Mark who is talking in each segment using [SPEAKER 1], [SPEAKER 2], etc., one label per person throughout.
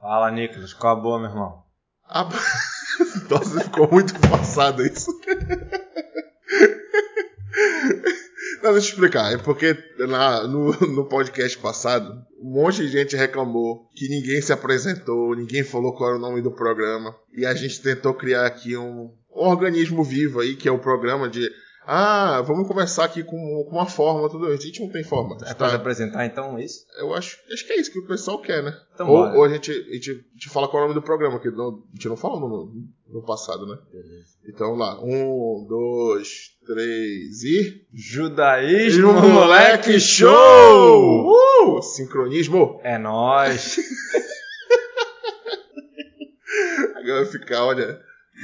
[SPEAKER 1] Fala, Nicolas. Qual a boa, meu irmão?
[SPEAKER 2] A... Ah, Nossa, ficou muito forçado isso. Não, deixa eu explicar. É porque na, no, no podcast passado, um monte de gente reclamou que ninguém se apresentou, ninguém falou qual era o nome do programa. E a gente tentou criar aqui um, um organismo vivo aí, que é o programa de. Ah, vamos começar aqui com, com uma forma, tudo. A gente não tem forma.
[SPEAKER 1] É pra
[SPEAKER 2] tá?
[SPEAKER 1] apresentar, então, é isso?
[SPEAKER 2] Eu acho, acho que é isso que o pessoal quer, né?
[SPEAKER 1] Então
[SPEAKER 2] ou
[SPEAKER 1] bora.
[SPEAKER 2] ou a, gente, a gente a gente fala qual é o nome do programa, que não, a gente não fala no, no passado, né? Então vamos lá. Um, dois, três e.
[SPEAKER 1] Judaísmo,
[SPEAKER 2] Moleque Show! Pô, sincronismo.
[SPEAKER 1] É nóis.
[SPEAKER 2] Agora vai ficar, olha,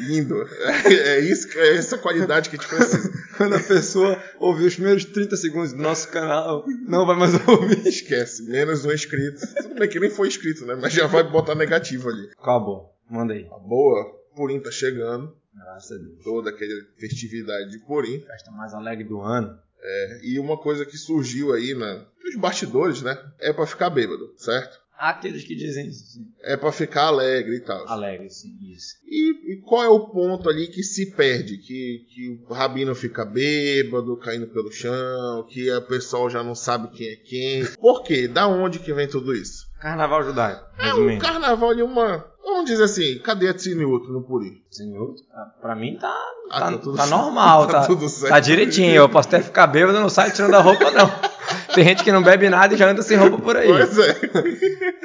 [SPEAKER 2] lindo. É, é isso, que- é essa qualidade que a gente precisa.
[SPEAKER 1] Quando a pessoa ouvir os primeiros 30 segundos do nosso canal, não vai mais ouvir.
[SPEAKER 2] Esquece, menos um inscrito. Tudo bem que nem foi inscrito, né? Mas já vai botar negativo ali.
[SPEAKER 1] Qual a boa? Manda aí.
[SPEAKER 2] A boa, Purim tá chegando.
[SPEAKER 1] Graças a Deus.
[SPEAKER 2] Toda aquela festividade de Purim.
[SPEAKER 1] Festa mais alegre do ano.
[SPEAKER 2] É, E uma coisa que surgiu aí na, nos bastidores, né? É pra ficar bêbado, certo?
[SPEAKER 1] Há aqueles que dizem isso, sim.
[SPEAKER 2] É pra ficar alegre e tal.
[SPEAKER 1] Alegre, sim, isso.
[SPEAKER 2] E, e qual é o ponto ali que se perde? Que, que o Rabino fica bêbado, caindo pelo chão, que o pessoal já não sabe quem é quem. Por quê? Da onde que vem tudo isso?
[SPEAKER 1] Carnaval judaico,
[SPEAKER 2] É o
[SPEAKER 1] resumindo.
[SPEAKER 2] carnaval de uma. Vamos dizer assim, cadê a Cine Outro no Puri?
[SPEAKER 1] Senhor, tá- pra mim tá,
[SPEAKER 2] Ah,
[SPEAKER 1] tá,
[SPEAKER 2] tá tudo
[SPEAKER 1] tá
[SPEAKER 2] certo.
[SPEAKER 1] normal,
[SPEAKER 2] Tá
[SPEAKER 1] tá,
[SPEAKER 2] tudo certo.
[SPEAKER 1] tá direitinho. Eu posso até ficar bêbado, não saio tirando a roupa, não. Tem gente que não bebe nada e já anda sem roupa por aí.
[SPEAKER 2] Pois é.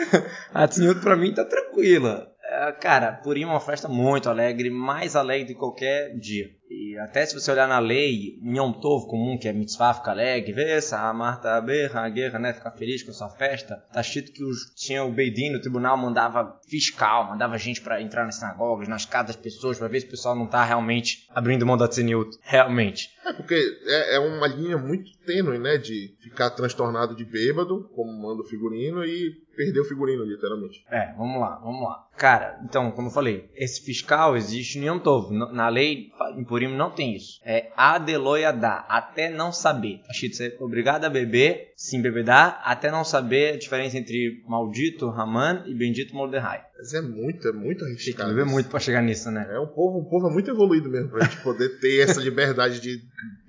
[SPEAKER 1] A Tsinhuto pra mim tá tranquila. É, Cara, Purim é uma festa muito alegre, mais alegre de qualquer dia. E até se você olhar na lei, em Yom Tov comum, que é mitzvah, fica alegre, vê, Marta berra, guerra, né, fica feliz com a sua festa. Tá escrito que os, tinha o Beidin, o tribunal, mandava fiscal, mandava gente pra entrar nas sinagogas, nas casas das pessoas, pra ver se o pessoal não tá realmente abrindo mão da Tsinhuto. Realmente.
[SPEAKER 2] É porque é, é uma linha muito tênue, né? De ficar transtornado de bêbado, como manda o figurino, e perder o figurino, literalmente.
[SPEAKER 1] É, vamos lá, vamos lá. Cara, então, como eu falei, esse fiscal existe em Yom Tov. N- Na lei, em Purim não tem isso. É adeloiadá, até não saber. Tá escrito, você é obrigado a beber, se embebedar, até não saber a diferença entre maldito Haman e bendito Mordecai.
[SPEAKER 2] Mas é muito, é muito
[SPEAKER 1] Tem que
[SPEAKER 2] arriscado.
[SPEAKER 1] beber
[SPEAKER 2] isso.
[SPEAKER 1] muito pra chegar nisso, né?
[SPEAKER 2] É um povo, um povo é muito evoluído mesmo pra gente poder ter essa liberdade de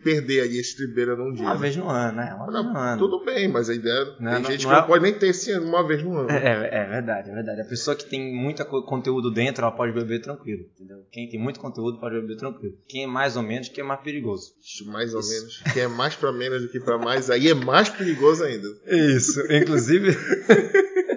[SPEAKER 2] perder aí a estribeira num dia.
[SPEAKER 1] Uma vez no ano, né? Uma vez no
[SPEAKER 2] Não,
[SPEAKER 1] ano.
[SPEAKER 2] tudo bem, mas a ideia.
[SPEAKER 1] Não,
[SPEAKER 2] tem
[SPEAKER 1] não-
[SPEAKER 2] gente
[SPEAKER 1] não
[SPEAKER 2] que
[SPEAKER 1] é-
[SPEAKER 2] não pode nem ter esse ano uma vez no ano.
[SPEAKER 1] É, é- é verdade, é verdade. A pessoa que tem muito conteúdo dentro, ela pode beber tranquilo, entendeu? Quem tem muito conteúdo pode beber tranquilo. Quem é mais ou menos, quem é mais perigoso.
[SPEAKER 2] Isso, Mais ou
[SPEAKER 1] Isso.
[SPEAKER 2] menos. Que é mais pra menos do que pra mais, aí é mais perigoso ainda.
[SPEAKER 1] Isso, inclusive.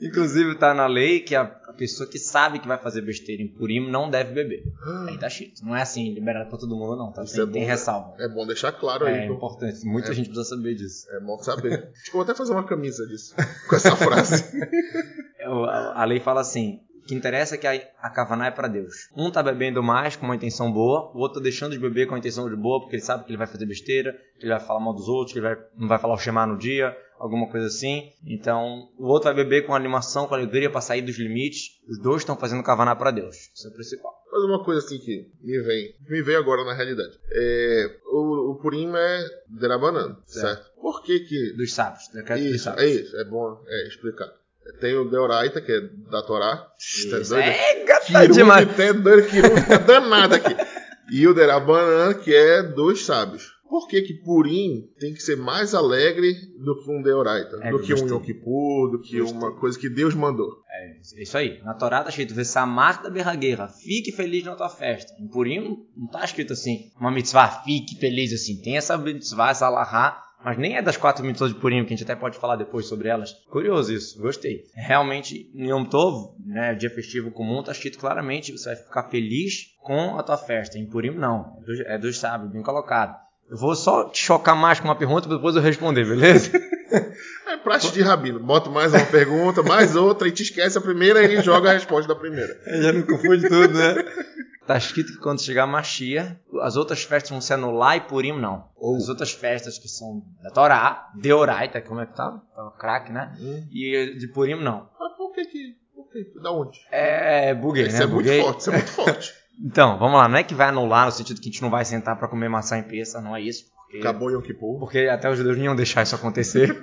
[SPEAKER 1] inclusive tá na lei que a a pessoa que sabe que vai fazer besteira em Purim não deve beber. Aí tá chique. Não é assim, liberado pra todo mundo, não. Tá?
[SPEAKER 2] Isso
[SPEAKER 1] Tem,
[SPEAKER 2] é bom,
[SPEAKER 1] tem
[SPEAKER 2] né?
[SPEAKER 1] ressalva.
[SPEAKER 2] É bom deixar claro aí.
[SPEAKER 1] É
[SPEAKER 2] pô.
[SPEAKER 1] importante. Muita gente precisa saber disso.
[SPEAKER 2] É bom saber. Acho que eu vou até fazer uma camisa disso, com essa frase.
[SPEAKER 1] Eu- A a lei fala assim: o que interessa é que a, a Kavaná é pra Deus. Um tá bebendo mais com uma intenção boa, o outro tá deixando de beber com a intenção de boa, porque ele sabe que ele vai fazer besteira, que ele vai falar mal dos outros, que ele vai, não vai falar o chamar no dia, alguma coisa assim. Então, o outro vai beber com animação, com alegria pra sair dos limites. Os dois estão fazendo Kavaná pra Deus. Isso é o principal.
[SPEAKER 2] Mas uma coisa assim que me vem, me vem agora na realidade. É, o, o Purim é Drabanana,
[SPEAKER 1] É.
[SPEAKER 2] certo? Por que que
[SPEAKER 1] Dos sábios, decreto dos
[SPEAKER 2] Isso,
[SPEAKER 1] sábios.
[SPEAKER 2] é isso, é bom é, explicar. Tem o Deoraita, que é da Torá. Tá
[SPEAKER 1] Isso.
[SPEAKER 2] doido?
[SPEAKER 1] É, gata
[SPEAKER 2] Kiruv,
[SPEAKER 1] demais.
[SPEAKER 2] tá doido, Kiruv, tá danado aqui. E o Derabanan, que é dos sábios. Por que que Purim tem que ser mais alegre do que um Deoraita?
[SPEAKER 1] É,
[SPEAKER 2] do que um
[SPEAKER 1] gostei.
[SPEAKER 2] Yom Kippur, do que
[SPEAKER 1] Gostei.
[SPEAKER 2] uma coisa que Deus mandou.
[SPEAKER 1] É Isso aí. Na Torá tá escrito, vê Marta Berragueira, fique feliz na tua festa. Em Purim não- não tá escrito assim, uma mitzvah, fique feliz assim. Tem essa mitzvah, essa alahá, mas nem é das quatro mitzvahs de Purim, que a gente até pode falar depois sobre elas. Curioso isso, gostei. É, Realmente, em Yom Tov, né, dia festivo comum, tá escrito claramente, você vai ficar feliz com a tua festa. Em Purim não, é dos, é dos sábios, bem colocado. Eu vou só te chocar mais com uma pergunta pra depois eu responder, beleza?
[SPEAKER 2] É prática de Rabino. Bota mais uma pergunta, mais outra, e te esquece a primeira e joga a resposta da primeira.
[SPEAKER 1] Já não confunde tudo, né? Tá escrito que quando chegar a Machia, as outras festas vão se anular e Purim não.
[SPEAKER 2] Ou-
[SPEAKER 1] As outras festas que são da Torá, Deoraita, como é que tá? Tava craque, né?
[SPEAKER 2] Hum.
[SPEAKER 1] E de Purim não.
[SPEAKER 2] Mas por que que... Por que? Da onde?
[SPEAKER 1] É, buguei,
[SPEAKER 2] Isso
[SPEAKER 1] né?
[SPEAKER 2] é muito
[SPEAKER 1] Buguei.
[SPEAKER 2] forte, isso é muito forte.
[SPEAKER 1] Então, vamos lá. Não é que vai anular no sentido que a gente não vai sentar pra comer maçã em peça, não é isso. Porque...
[SPEAKER 2] Acabou Yom Kippur.
[SPEAKER 1] Porque até os judeus não iam deixar isso acontecer.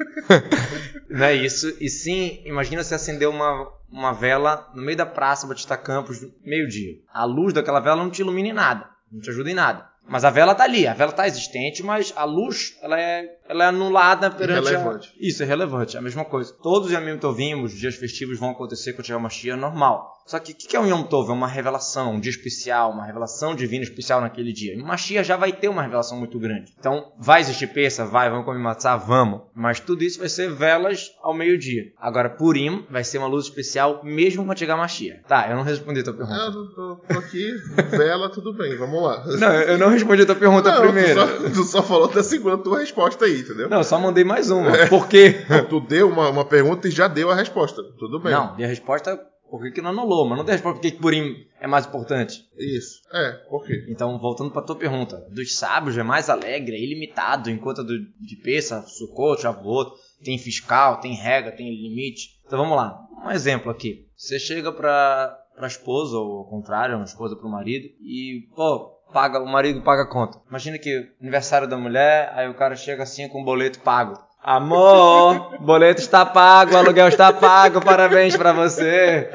[SPEAKER 1] Não é isso. E sim, imagina você acender uma, uma vela no meio da praça Batista Campos, meio-dia. A luz daquela vela não te ilumina em nada, não te ajuda em nada. Mas a vela tá ali, a vela tá existente, mas a luz, ela é, ela é anulada perante
[SPEAKER 2] Irrelevante.
[SPEAKER 1] A... Isso, é relevante, é a mesma coisa. Todos os Yom Tovim, os dias festivos vão acontecer quando tiver uma chia é normal. Só que o que que é um Yom Tov? É uma revelação, um dia especial, uma revelação divina especial naquele dia. E uma chia já vai ter uma revelação muito grande. Então, vai existir peça? Vai, vamos comer matzá? Vamos. Mas tudo isso vai ser velas ao meio-dia. Agora, Purim vai ser uma luz especial mesmo quando chegar uma chia. Tá, eu não respondi a tua pergunta.
[SPEAKER 2] Ah, tô, tô- tô aqui, vela, tudo bem, vamos lá.
[SPEAKER 1] Não, eu eu não respondi a tua pergunta
[SPEAKER 2] Não,
[SPEAKER 1] primeiro.
[SPEAKER 2] Tu, só, tu só falou da segunda tua resposta aí, entendeu?
[SPEAKER 1] Não, eu só mandei mais uma. Por quê?
[SPEAKER 2] Tu deu uma, uma pergunta e já deu a resposta. Tudo bem.
[SPEAKER 1] Não, dei a resposta por que que não anulou, mas não dei a resposta por que que Purim é mais importante.
[SPEAKER 2] Isso. É, por quê?
[SPEAKER 1] Então, voltando pra tua pergunta, dos sábios é mais alegre, é ilimitado, enquanto a do, de peça, Sukkot, Shavuot, tem fiscal, tem regra, tem limite. Então vamos lá, um exemplo aqui. Você chega pra, pra esposa, ou ao contrário, uma esposa pro marido, e, pô, paga, o marido paga a conta. Imagina que aniversário da mulher, aí o cara chega assim com um boleto pago. Amor, boleto está pago, aluguel está pago, parabéns pra você.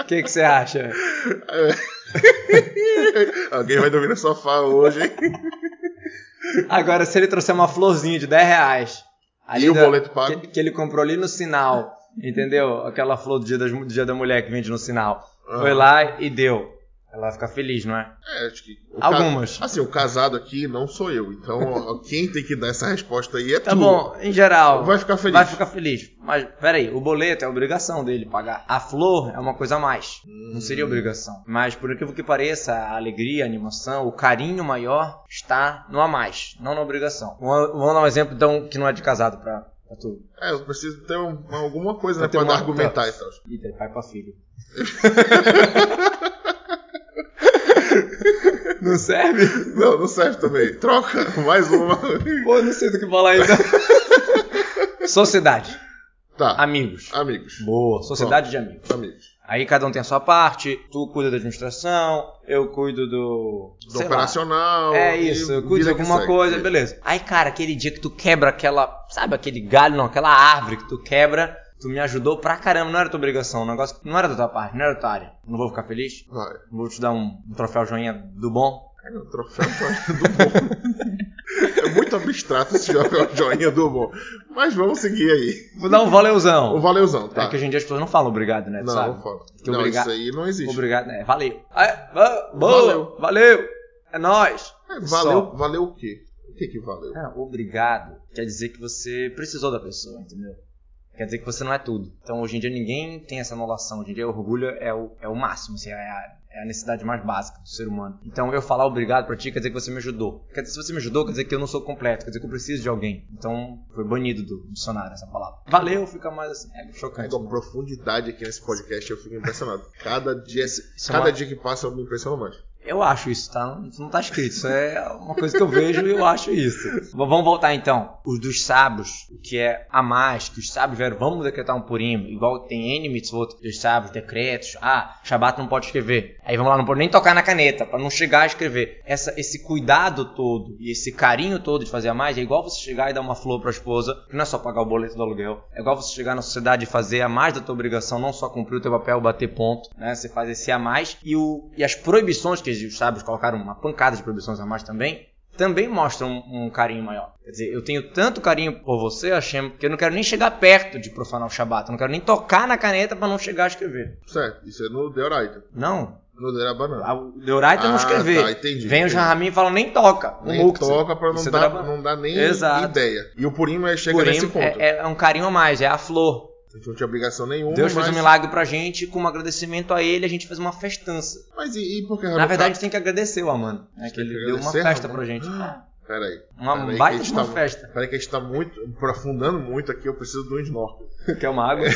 [SPEAKER 1] O que que você acha?
[SPEAKER 2] Alguém vai dormir no sofá hoje, hein?
[SPEAKER 1] Agora, se ele trouxer uma florzinha de 10 reais. ali
[SPEAKER 2] E o
[SPEAKER 1] da-
[SPEAKER 2] boleto pago?
[SPEAKER 1] Que, que ele comprou ali no sinal. Entendeu? Aquela flor do dia, das, do dia da mulher que vende no sinal.
[SPEAKER 2] Ah.
[SPEAKER 1] Foi lá e deu. Ela vai ficar feliz, não é?
[SPEAKER 2] É, acho que. o
[SPEAKER 1] Algumas.
[SPEAKER 2] ca- Assim, o casado aqui não sou eu. Então, ó, quem tem que dar essa resposta aí é
[SPEAKER 1] Tá
[SPEAKER 2] tu.
[SPEAKER 1] bom, em geral.
[SPEAKER 2] Vai ficar feliz.
[SPEAKER 1] Vai ficar feliz. Mas, peraí, o boleto é obrigação dele pagar. A flor é uma coisa a mais. Não
[SPEAKER 2] Hum.
[SPEAKER 1] seria obrigação. Mas, por aquilo que pareça, a alegria, a animação, o carinho maior está no a mais, não na obrigação. Vamos vamos dar um exemplo, então, que não é de casado pra, pra tu.
[SPEAKER 2] É, eu preciso ter um- alguma coisa né,
[SPEAKER 1] Vai ter
[SPEAKER 2] pra
[SPEAKER 1] uma-
[SPEAKER 2] argumentar e tal.
[SPEAKER 1] E daí pai pra filho. não serve?
[SPEAKER 2] Não, não serve também. Troca, mais uma.
[SPEAKER 1] Pô, não sei do que falar ainda. Sociedade.
[SPEAKER 2] tá,
[SPEAKER 1] Amigos.
[SPEAKER 2] amigos.
[SPEAKER 1] Boa. Sociedade de amigos.
[SPEAKER 2] Amigos.
[SPEAKER 1] Aí cada um tem a sua parte. Tu cuida da administração, eu cuido do.
[SPEAKER 2] Do
[SPEAKER 1] sei lá.
[SPEAKER 2] operacional.
[SPEAKER 1] É isso, eu cuido de
[SPEAKER 2] cuida
[SPEAKER 1] alguma coisa, beleza. Aí, cara, aquele dia que tu quebra aquela. Sabe aquele galho, não, aquela árvore que tu quebra, tu me ajudou pra caramba, não era tua obrigação, o negócio não era da tua parte, não era da tua área. Não vou ficar feliz?
[SPEAKER 2] Vai.
[SPEAKER 1] Vou te dar um, um troféu joinha do bom.
[SPEAKER 2] É, o troféu joinha do bom. É muito abstrato esse troféu joinha do bom. Mas vamos seguir aí.
[SPEAKER 1] Vou dar um
[SPEAKER 2] O
[SPEAKER 1] valeuzão.
[SPEAKER 2] valeuzão, tá?
[SPEAKER 1] É que hoje em dia as pessoas não falam obrigado, né? Tu
[SPEAKER 2] Não,
[SPEAKER 1] sabe?
[SPEAKER 2] não fala.
[SPEAKER 1] Que
[SPEAKER 2] Não,
[SPEAKER 1] obriga-
[SPEAKER 2] isso aí não existe.
[SPEAKER 1] Obrigado, né? Valeu. É, va- boa,
[SPEAKER 2] Valeu.
[SPEAKER 1] valeu. É nóis.
[SPEAKER 2] É,
[SPEAKER 1] Só.
[SPEAKER 2] valeu, valeu o quê? O que que valeu?
[SPEAKER 1] É, obrigado quer dizer que você precisou da pessoa, entendeu? Quer dizer que você não é tudo. Então hoje em dia ninguém tem essa anulação. Hoje em dia o orgulho é o, é o máximo, assim, é, a, é a necessidade mais básica do ser humano. Então eu falar obrigado pra ti quer dizer que você me ajudou. Quer dizer, se você me ajudou, quer dizer que eu não sou completo, quer dizer que eu preciso de alguém. Então foi banido do dicionário essa palavra. Valeu, fica mais assim. É
[SPEAKER 2] É
[SPEAKER 1] chocante.
[SPEAKER 2] com
[SPEAKER 1] né?
[SPEAKER 2] profundidade aqui nesse podcast, eu fico impressionado. Cada dia,
[SPEAKER 1] Isso é
[SPEAKER 2] cada
[SPEAKER 1] uma-
[SPEAKER 2] dia que passa eu me impressiono mais.
[SPEAKER 1] Eu acho isso, tá? Isso não tá escrito. Isso é uma coisa que eu vejo e eu acho isso. Bom, vamos voltar então. Os dos sábios, o que é a mais, que os sábios vieram, vamos decretar um purim, igual tem N mitzvot dos sábios, decretos. Ah, Shabat não pode escrever. Aí vamos lá, não pode nem tocar na caneta, pra não chegar a escrever. Essa, esse cuidado todo e esse carinho todo de fazer a mais é igual você chegar e dar uma flor pra esposa, que não é só pagar o boleto do aluguel. É igual você chegar na sociedade e fazer a mais da tua obrigação, não só cumprir o teu papel, bater ponto, né? Você faz esse a mais. E, o, e as proibições, que os sábios colocaram uma pancada de proibições a mais também, também mostram um, um carinho maior. Quer dizer, eu tenho tanto carinho por você, Hashem, que eu não quero nem chegar perto de profanar o Shabat. Eu não quero nem tocar na caneta pra não chegar a escrever.
[SPEAKER 2] Certo, isso é no Deoraita,
[SPEAKER 1] Não.
[SPEAKER 2] no Derabanana.
[SPEAKER 1] A- O Deoraita
[SPEAKER 2] Ah,
[SPEAKER 1] não escrever.
[SPEAKER 2] tá, entendi,
[SPEAKER 1] Vem
[SPEAKER 2] entendi.
[SPEAKER 1] o Jarramim e fala, nem toca. o
[SPEAKER 2] Nem
[SPEAKER 1] Muktzah.
[SPEAKER 2] toca pra não
[SPEAKER 1] um Isso é
[SPEAKER 2] dar,
[SPEAKER 1] Derabanana.
[SPEAKER 2] não dar nem
[SPEAKER 1] Exato.
[SPEAKER 2] ideia. E o Purim é- chega
[SPEAKER 1] Purim
[SPEAKER 2] nesse ponto.
[SPEAKER 1] é, é um carinho a mais, é a flor.
[SPEAKER 2] A gente não tinha obrigação nenhuma,
[SPEAKER 1] Deus
[SPEAKER 2] mas...
[SPEAKER 1] fez um milagre pra gente, com um agradecimento a ele, a gente fez uma festança.
[SPEAKER 2] Mas e, e por que
[SPEAKER 1] Na
[SPEAKER 2] Hanukkah?
[SPEAKER 1] verdade, a gente tem que agradecer o Amano, né? Que
[SPEAKER 2] tem que
[SPEAKER 1] ele deu uma
[SPEAKER 2] agradecer,
[SPEAKER 1] festa pra
[SPEAKER 2] Amano.
[SPEAKER 1] gente.
[SPEAKER 2] Peraí.
[SPEAKER 1] Uma
[SPEAKER 2] peraí que
[SPEAKER 1] baita
[SPEAKER 2] a gente
[SPEAKER 1] de uma
[SPEAKER 2] tá-
[SPEAKER 1] festa.
[SPEAKER 2] Peraí que a gente tá muito, aprofundando muito aqui, eu preciso do snorkel.
[SPEAKER 1] Quer uma água?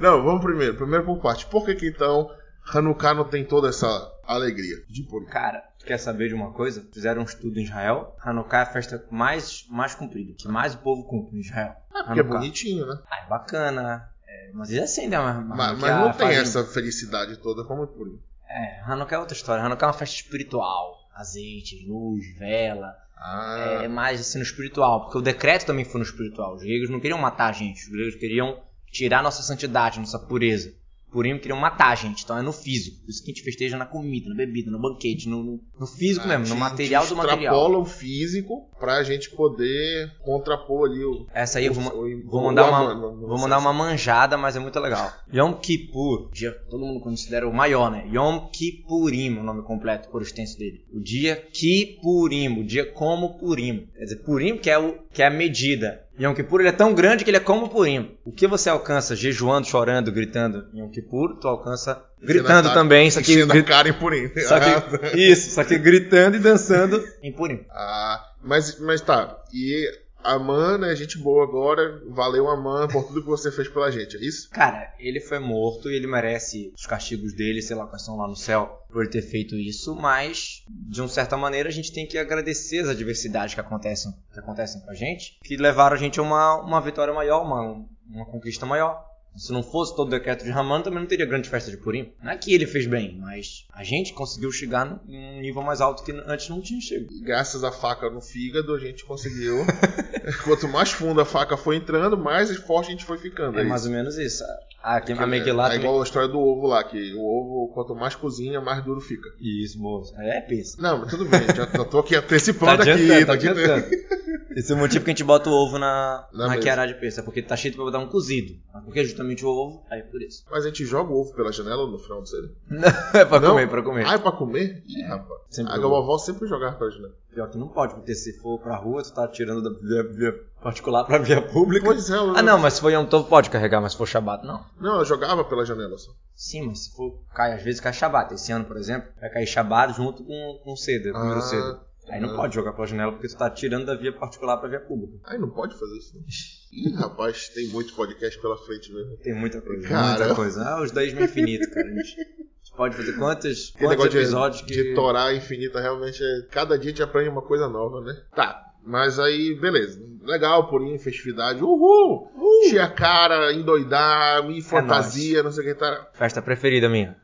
[SPEAKER 2] Não, vamos primeiro, primeiro por parte. Por que que então Hanukkah não tem toda essa alegria de Purim?
[SPEAKER 1] Cara, tu quer saber de uma coisa? Fizeram um estudo em Israel. Hanukkah é a festa mais, mais cumprida, que mais o povo cumpre em Israel.
[SPEAKER 2] Ah, porque é
[SPEAKER 1] Hanukkah.
[SPEAKER 2] bonitinho, né?
[SPEAKER 1] Ah, é bacana. É, mas eles acendem uma, uma
[SPEAKER 2] Mas, mas
[SPEAKER 1] Hanukkah, é
[SPEAKER 2] não tem
[SPEAKER 1] fazem-
[SPEAKER 2] essa felicidade toda como o Purim.
[SPEAKER 1] É, Hanukkah é outra história. Hanukkah é uma festa espiritual. Azeite, luz, vela.
[SPEAKER 2] Ah,
[SPEAKER 1] É mais assim no espiritual, porque o decreto também foi no espiritual. Os gregos não queriam matar a gente, os gregos queriam tirar nossa santidade, nossa pureza. Porém, queriam matar a gente, então é no físico. Por isso que a gente festeja na comida, na bebida, no banquete, no, no- no físico mesmo, no material do material.
[SPEAKER 2] Ah, extrapola o físico pra gente poder contrapor ali o.
[SPEAKER 1] Essa Tá aí eu vou, ma-
[SPEAKER 2] o-
[SPEAKER 1] vou
[SPEAKER 2] o-
[SPEAKER 1] mandar
[SPEAKER 2] o
[SPEAKER 1] uma-
[SPEAKER 2] amor, não- não
[SPEAKER 1] Vou
[SPEAKER 2] sei
[SPEAKER 1] mandar
[SPEAKER 2] se-
[SPEAKER 1] uma manjada, mas é muito legal. Yom Kippur, dia que todo mundo considera o maior, né? Yom Kippurim, o nome completo por extenso dele. O dia Kippurim, o dia como Purim. Quer dizer, Purim que é, o, que é a medida. Yom Kippur ele é tão grande que ele é como Purim. O que você alcança jejuando, chorando, gritando em Yom Kippur, tu alcança gritando
[SPEAKER 2] Enchendo a cara-
[SPEAKER 1] também. Isso aqui,
[SPEAKER 2] Enchendo a
[SPEAKER 1] gri-
[SPEAKER 2] cara e por aí.
[SPEAKER 1] só que- isso, só que gritando e dançando em Purim.
[SPEAKER 2] Ah, mas, mas tá. E a Man é gente boa agora. Valeu, Aman, por tudo que você fez pela gente, é isso?
[SPEAKER 1] Cara, ele foi morto e ele merece os castigos dele, sei lá quais são lá no céu, por ter feito isso, mas de uma certa maneira a gente tem que agradecer as adversidades que acontecem, que acontecem com a gente, que levaram a gente a uma, uma vitória maior, uma, uma conquista maior. Se não fosse todo o decreto de Raman, também não teria grande festa de Purim. Não é que ele fez bem, mas a gente conseguiu chegar num- num nível mais alto que antes não tinha chegado. É
[SPEAKER 2] E graças à faca no fígado, a gente conseguiu. Quanto mais fundo a faca foi entrando, mais forte a gente foi ficando.
[SPEAKER 1] É
[SPEAKER 2] isso?
[SPEAKER 1] mais ou menos isso. Ah, A, a, a
[SPEAKER 2] é,
[SPEAKER 1] Megillah também-
[SPEAKER 2] igual a história do ovo lá, que o ovo, quanto mais cozinha, mais duro fica.
[SPEAKER 1] Isso, moço. É peso.
[SPEAKER 2] Não, mas tudo bem, já, já tô aqui
[SPEAKER 1] Tá
[SPEAKER 2] antecipando
[SPEAKER 1] adiantando,
[SPEAKER 2] aqui.
[SPEAKER 1] tá
[SPEAKER 2] Tá aqui
[SPEAKER 1] adiantando. Esse é o motivo que a gente bota o ovo na,
[SPEAKER 2] Na
[SPEAKER 1] na,
[SPEAKER 2] mesa.
[SPEAKER 1] queirada de peixe. É porque tá cheio pra botar um cozido. Mas Porque é justamente o ovo, aí é por isso.
[SPEAKER 2] Mas a gente joga o ovo pela janela no final do cedo.
[SPEAKER 1] é pra
[SPEAKER 2] Não?
[SPEAKER 1] comer, pra comer.
[SPEAKER 2] Ah, é pra comer? Ih, rapaz.
[SPEAKER 1] Sempre
[SPEAKER 2] A
[SPEAKER 1] bom.
[SPEAKER 2] vovó sempre jogava pela janela.
[SPEAKER 1] Pior que não pode, porque se for pra rua, tu tá tirando da via, via particular pra via pública.
[SPEAKER 2] Pois é, eu,
[SPEAKER 1] Ah não, mas se for Yom Tov pode carregar, mas se for Shabbat não.
[SPEAKER 2] não, eu jogava pela janela só.
[SPEAKER 1] Sim, mas se for, cai, às vezes cai Shabbat. Esse ano, por exemplo, vai cair Shabbat junto com, com cedo, é o primeiro
[SPEAKER 2] Ah,
[SPEAKER 1] cedo. Aí não
[SPEAKER 2] ah.
[SPEAKER 1] pode jogar pela janela porque tu tá tirando da via particular pra via pública.
[SPEAKER 2] Ai, não pode fazer isso. Não. Ih, rapaz, tem muito podcast pela frente mesmo.
[SPEAKER 1] Tem muita coisa,
[SPEAKER 2] Cara.
[SPEAKER 1] muita coisa. Ah, os daísmo é infinito, cara. A gente a gente pode fazer quantos,
[SPEAKER 2] Tem
[SPEAKER 1] quantos
[SPEAKER 2] negócio
[SPEAKER 1] episódios
[SPEAKER 2] de,
[SPEAKER 1] que...
[SPEAKER 2] de torar infinita realmente é. Cada dia a gente aprende uma coisa nova, né? Tá. Mas aí, beleza. Legal, purinho, festividade. Uhul! Encher a cara, endoidar,
[SPEAKER 1] É
[SPEAKER 2] me fantasia, não sei o que tá.
[SPEAKER 1] Festa preferida minha.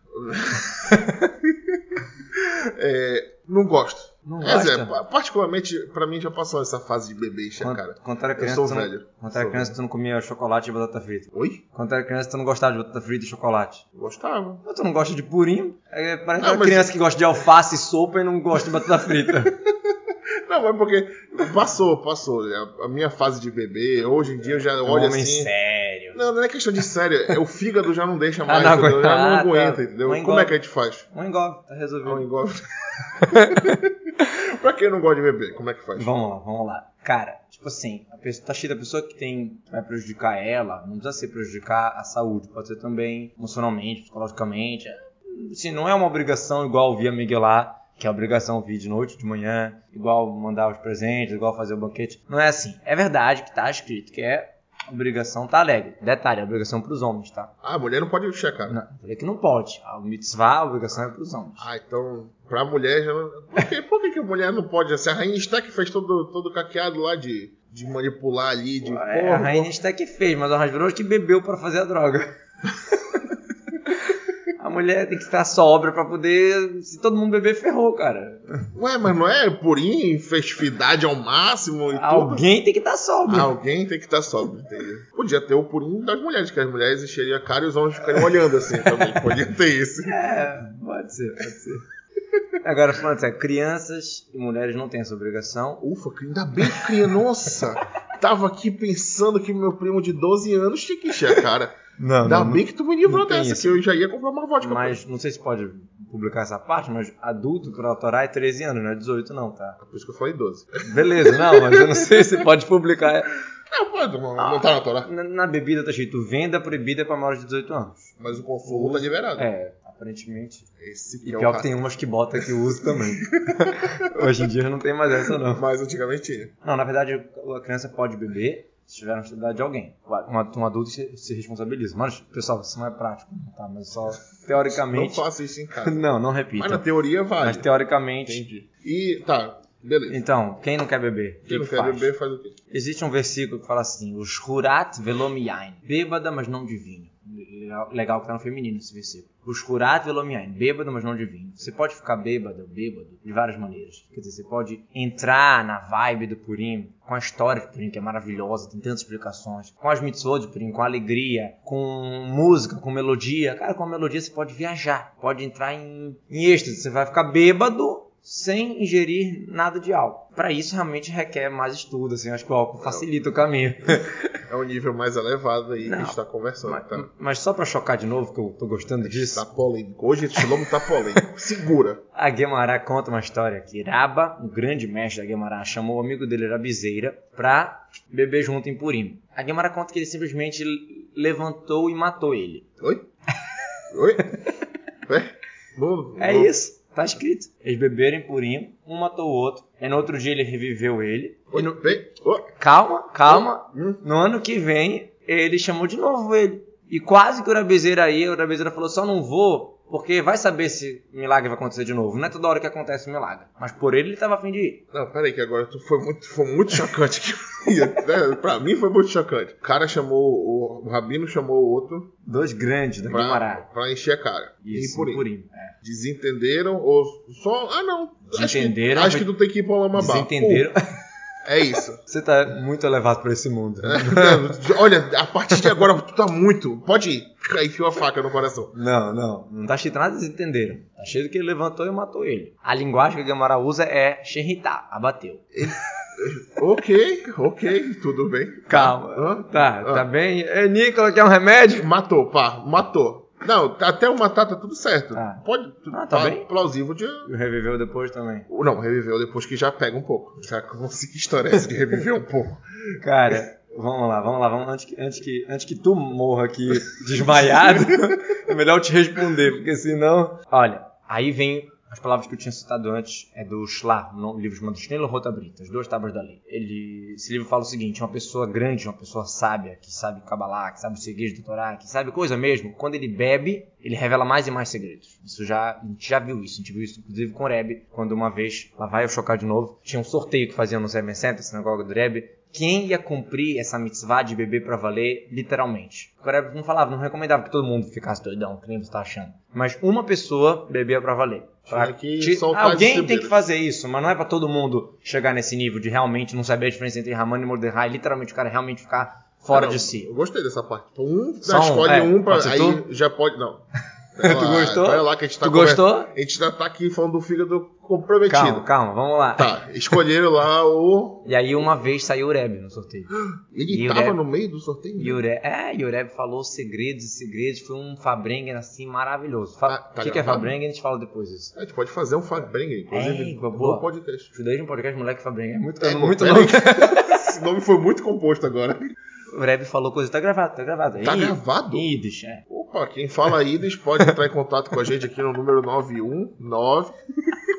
[SPEAKER 2] Não gosto.
[SPEAKER 1] Não
[SPEAKER 2] Quer
[SPEAKER 1] gosta?
[SPEAKER 2] dizer, pa- particularmente, pra mim já passou essa fase de bebê encher a cara.
[SPEAKER 1] quando, quando era
[SPEAKER 2] eu
[SPEAKER 1] criança,
[SPEAKER 2] sou
[SPEAKER 1] tu não,
[SPEAKER 2] velho.
[SPEAKER 1] Quando era
[SPEAKER 2] Sou
[SPEAKER 1] criança, tu não comia chocolate e batata frita.
[SPEAKER 2] Oi?
[SPEAKER 1] Quando era criança, tu não gostava de batata frita e chocolate.
[SPEAKER 2] Gostava.
[SPEAKER 1] Mas tu não gosta de purinho? É, parece
[SPEAKER 2] Não,
[SPEAKER 1] uma
[SPEAKER 2] mas-
[SPEAKER 1] criança que gosta de alface e sopa e não gosta de batata frita.
[SPEAKER 2] Não, mas porque passou, passou. A, a minha fase de bebê, hoje em dia eu já
[SPEAKER 1] É um
[SPEAKER 2] olho
[SPEAKER 1] homem
[SPEAKER 2] assim.
[SPEAKER 1] sério. Ah,
[SPEAKER 2] Não, não é questão de sério. É o fígado já não deixa mais,
[SPEAKER 1] não
[SPEAKER 2] entendeu? Já
[SPEAKER 1] aguenta.
[SPEAKER 2] não
[SPEAKER 1] Ah,
[SPEAKER 2] aguenta,
[SPEAKER 1] tá.
[SPEAKER 2] entendeu?
[SPEAKER 1] Não
[SPEAKER 2] Como
[SPEAKER 1] engole.
[SPEAKER 2] é que a gente faz?
[SPEAKER 1] Um engove, tá
[SPEAKER 2] Não
[SPEAKER 1] resolvido.
[SPEAKER 2] engole. pra quem não gosta de beber, como é que faz?
[SPEAKER 1] Vamos lá, vamos lá. Cara, tipo assim, a pessoa, tá cheia da pessoa que tem. Vai prejudicar ela, não precisa ser prejudicar a saúde, pode ser também emocionalmente, psicologicamente. Assim, não é uma obrigação igual ouvir a Miguelá, que é obrigação ouvir de noite, de manhã, igual mandar os presentes, igual fazer o banquete. Não é assim. É verdade que tá escrito que é obrigação tá alegre. Detalhe, é obrigação pros homens, tá?
[SPEAKER 2] Ah, a mulher não pode encher a cara.
[SPEAKER 1] Não, falei que não pode. A mitzvah, a obrigação é pros homens.
[SPEAKER 2] Ah, então, pra mulher já não. Por, que, por que, que a mulher não pode? Assim, a Rainha Stark fez todo, todo caqueado lá de, de manipular ali, de.
[SPEAKER 1] É, a
[SPEAKER 2] Porra,
[SPEAKER 1] rainha até que fez, mas o Rasbroso que bebeu pra fazer a droga. a mulher tem que estar sobra pra poder. Se todo mundo beber, ferrou, cara.
[SPEAKER 2] Ué, mas não é purinho, festividade ao máximo e tudo?
[SPEAKER 1] Alguém tem que tá estar sobra.
[SPEAKER 2] Alguém tem que estar sóbrio, entendeu? Podia ter o purinho das mulheres, que as mulheres encheriam a cara e os homens ficariam olhando assim também. Podia ter isso.
[SPEAKER 1] É, pode ser, pode ser. Agora, falando sério, crianças e mulheres não têm essa obrigação.
[SPEAKER 2] Ufa, que- ainda bem que criança. Nossa! Tava aqui pensando que meu primo de 12 anos tinha que encher a cara.
[SPEAKER 1] Não,
[SPEAKER 2] Ainda bem que tu me livrou
[SPEAKER 1] não tem
[SPEAKER 2] dessa,
[SPEAKER 1] isso.
[SPEAKER 2] que eu já ia comprar uma vodka.
[SPEAKER 1] Mas não sei se pode publicar essa parte, mas adulto pra autorar é 13 anos, não é 18, não, tá?
[SPEAKER 2] Por isso que eu falei 12.
[SPEAKER 1] Beleza, não, mas eu não sei se pode publicar.
[SPEAKER 2] Não, pode, não,
[SPEAKER 1] Ah.
[SPEAKER 2] não tá na Torá.
[SPEAKER 1] Na, na bebida tá escrito venda proibida pra maiores de 18 anos.
[SPEAKER 2] Mas o consumo tá liberado.
[SPEAKER 1] É, aparentemente.
[SPEAKER 2] Esse que
[SPEAKER 1] E
[SPEAKER 2] é
[SPEAKER 1] pior
[SPEAKER 2] o
[SPEAKER 1] que
[SPEAKER 2] caso.
[SPEAKER 1] tem umas que bota que usa também. Hoje em dia não tem mais essa, não.
[SPEAKER 2] Mas antigamente tinha.
[SPEAKER 1] Não, na verdade, a criança pode beber se tiver na responsabilidade de alguém. Um, um adulto se, se responsabiliza. Mas, pessoal, isso não é prático, tá? Mas só
[SPEAKER 2] Não
[SPEAKER 1] teoricamente.
[SPEAKER 2] faço isso em casa.
[SPEAKER 1] Não, não
[SPEAKER 2] Mas na
[SPEAKER 1] repita.
[SPEAKER 2] teoria
[SPEAKER 1] Mas
[SPEAKER 2] vale.
[SPEAKER 1] teoricamente.
[SPEAKER 2] Entendi. E tá, beleza.
[SPEAKER 1] Então, quem não quer beber?
[SPEAKER 2] Quem
[SPEAKER 1] O
[SPEAKER 2] não
[SPEAKER 1] que
[SPEAKER 2] quer
[SPEAKER 1] faz?
[SPEAKER 2] beber faz o quê?
[SPEAKER 1] Existe um versículo que fala assim: Os hurat velomiain, bêbada, mas não de vinho. legal, legal que tá no feminino esse versículo. Buscurat velomiain, bêbado, mas não de vinho. Você pode ficar bêbado, bêbado, de várias maneiras. Quer dizer, você pode entrar na vibe do Purim, com a história do Purim, que é maravilhosa, tem tantas explicações. Com as mitzvot de Purim, com alegria, com música, com melodia. Cara, com a melodia você pode viajar, pode entrar em, em êxtase. Você vai ficar bêbado, sem ingerir nada de álcool. Para isso realmente requer mais estudo, assim, acho que o
[SPEAKER 2] Tá.
[SPEAKER 1] álcool facilita o caminho.
[SPEAKER 2] É um nível mais elevado aí que a gente tá conversando,
[SPEAKER 1] mas,
[SPEAKER 2] tá?
[SPEAKER 1] mas só para chocar de novo, que eu tô gostando disso,
[SPEAKER 2] Tá polêmico. Hoje esse nome tá polêmico. Segura.
[SPEAKER 1] a Guemará conta uma história que Raba, o grande mestre da Guemará, chamou o amigo dele Rabizeira pra beber junto em Purim. A Guemará conta que ele simplesmente levantou e matou ele.
[SPEAKER 2] Oi? Oi? É? Não-
[SPEAKER 1] É
[SPEAKER 2] não-
[SPEAKER 1] isso, tá escrito. Eles beberam em Purim, um matou o outro, e no outro dia ele reviveu ele.
[SPEAKER 2] Oi,
[SPEAKER 1] E no-
[SPEAKER 2] vem. Oi.
[SPEAKER 1] Calma, calma,
[SPEAKER 2] Hum.
[SPEAKER 1] No ano que vem, ele chamou de novo ele. E quase que o Urabezeira ia, o Urabezeira falou, só não vou, porque vai saber se milagre vai acontecer de novo. Não é toda hora que acontece o milagre. Mas por ele, ele tava afim de ir.
[SPEAKER 2] Não, peraí que agora tu foi muito, foi muito chocante. aqui. É, pra mim foi muito chocante. O cara chamou, o, o Rabino chamou o outro
[SPEAKER 1] Dois grandes da
[SPEAKER 2] pra,
[SPEAKER 1] Guimará.
[SPEAKER 2] pra encher a cara.
[SPEAKER 1] Isso,
[SPEAKER 2] né? e por isso.
[SPEAKER 1] Purim. É.
[SPEAKER 2] Desentenderam ou só... Ah, não.
[SPEAKER 1] Desentenderam,
[SPEAKER 2] Acho que, acho
[SPEAKER 1] mas-
[SPEAKER 2] que tu tem que ir pra Lamabá.
[SPEAKER 1] Desentenderam.
[SPEAKER 2] Pô, é isso.
[SPEAKER 1] Você tá muito elevado pra esse mundo. né?
[SPEAKER 2] É, Olha, a partir de agora tu tá muito. Pode ir. Enfiou a faca no coração.
[SPEAKER 1] Não, não. Não tá cheio de nada, eles entenderam. Tá cheio do que ele levantou e matou ele. A linguagem que a Guimará usa é xerritar, abateu.
[SPEAKER 2] Ok, ok, tudo bem.
[SPEAKER 1] Calma.
[SPEAKER 2] Hã?
[SPEAKER 1] Tá,
[SPEAKER 2] Ah.
[SPEAKER 1] tá bem. Ê, Nicola, quer um remédio?
[SPEAKER 2] Matou, pá, matou. Não, tá- até o matar tá tudo certo.
[SPEAKER 1] Tá.
[SPEAKER 2] Ppode. tu-
[SPEAKER 1] Ah, tá bem.
[SPEAKER 2] Plausível de.
[SPEAKER 1] E reviveu depois também.
[SPEAKER 2] Não, reviveu depois que já pega um pouco. Já consegui história essa de reviver um pouco.
[SPEAKER 1] Cara, vamos lá, vamos lá, vamos antes que, antes que, antes que tu morra aqui desmaiado, é melhor eu te responder, porque senão. Olha, aí vem as palavras que eu tinha citado antes, é do Schla, um livro chamado Schneller Rotabrita, as duas tábuas da lei. Ele, esse livro fala o seguinte: uma pessoa grande, uma pessoa sábia, que sabe Kabbalah, que sabe os segredos do Torá, que sabe coisa mesmo, quando ele bebe, ele revela mais e mais segredos. Isso já, a gente já viu isso, a gente viu isso inclusive com o Rebbe, quando uma vez, lá vai eu chocar de novo, tinha um sorteio que faziam no Seven Center, sinagoga do Rebbe, quem ia cumprir essa mitzvah de beber pra valer, literalmente. O Rebbe não falava, não recomendava que todo mundo ficasse doidão, que nem você tá achando. Mas uma pessoa bebia pra valer. Pra
[SPEAKER 2] Tinha que
[SPEAKER 1] ti-
[SPEAKER 2] soltar as
[SPEAKER 1] Alguém tem
[SPEAKER 2] estribeiras.
[SPEAKER 1] que fazer isso, mas não é pra todo mundo chegar nesse nível de realmente não saber a diferença entre Raman e Mordecai, literalmente o cara realmente ficar fora
[SPEAKER 2] Não,
[SPEAKER 1] de si.
[SPEAKER 2] Eu gostei dessa parte. Então, um,
[SPEAKER 1] Só um,
[SPEAKER 2] escolhe
[SPEAKER 1] é,
[SPEAKER 2] um pra.
[SPEAKER 1] pode ser
[SPEAKER 2] Aí
[SPEAKER 1] tu?
[SPEAKER 2] já pode. Não.
[SPEAKER 1] Tu gostou?
[SPEAKER 2] Olha lá que a gente tá
[SPEAKER 1] tu
[SPEAKER 2] conver-
[SPEAKER 1] gostou?
[SPEAKER 2] A gente já tá aqui falando do fígado comprometido.
[SPEAKER 1] Calma, calma, vamos lá.
[SPEAKER 2] Tá, escolheram lá o.
[SPEAKER 1] E aí uma vez saiu o Rebbe no sorteio.
[SPEAKER 2] Ele
[SPEAKER 1] E o
[SPEAKER 2] tava
[SPEAKER 1] Deb-
[SPEAKER 2] no meio do sorteio?
[SPEAKER 1] E o Rebbe, é, e o Rebbe falou segredos e segredos, foi um Fabrengen assim maravilhoso. Fa-
[SPEAKER 2] Ah, tá
[SPEAKER 1] o que, que é
[SPEAKER 2] gravado?
[SPEAKER 1] Fabrengen? A gente fala depois disso.
[SPEAKER 2] A gente pode fazer um Fabrengen, inclusive.
[SPEAKER 1] É, boa,
[SPEAKER 2] no
[SPEAKER 1] boa.
[SPEAKER 2] podcast.
[SPEAKER 1] Judaísmo Podcast Moleque Fabrengen. É muito,
[SPEAKER 2] É,
[SPEAKER 1] nome, muito
[SPEAKER 2] pera
[SPEAKER 1] nome.
[SPEAKER 2] aí. Esse nome foi muito composto agora.
[SPEAKER 1] O Rebbe falou coisa, tá gravado, tá gravado.
[SPEAKER 2] Tá
[SPEAKER 1] Ih,
[SPEAKER 2] gravado?
[SPEAKER 1] Yiddish, é.
[SPEAKER 2] Opa, quem fala Ides pode entrar em contato com a gente aqui no número 919. E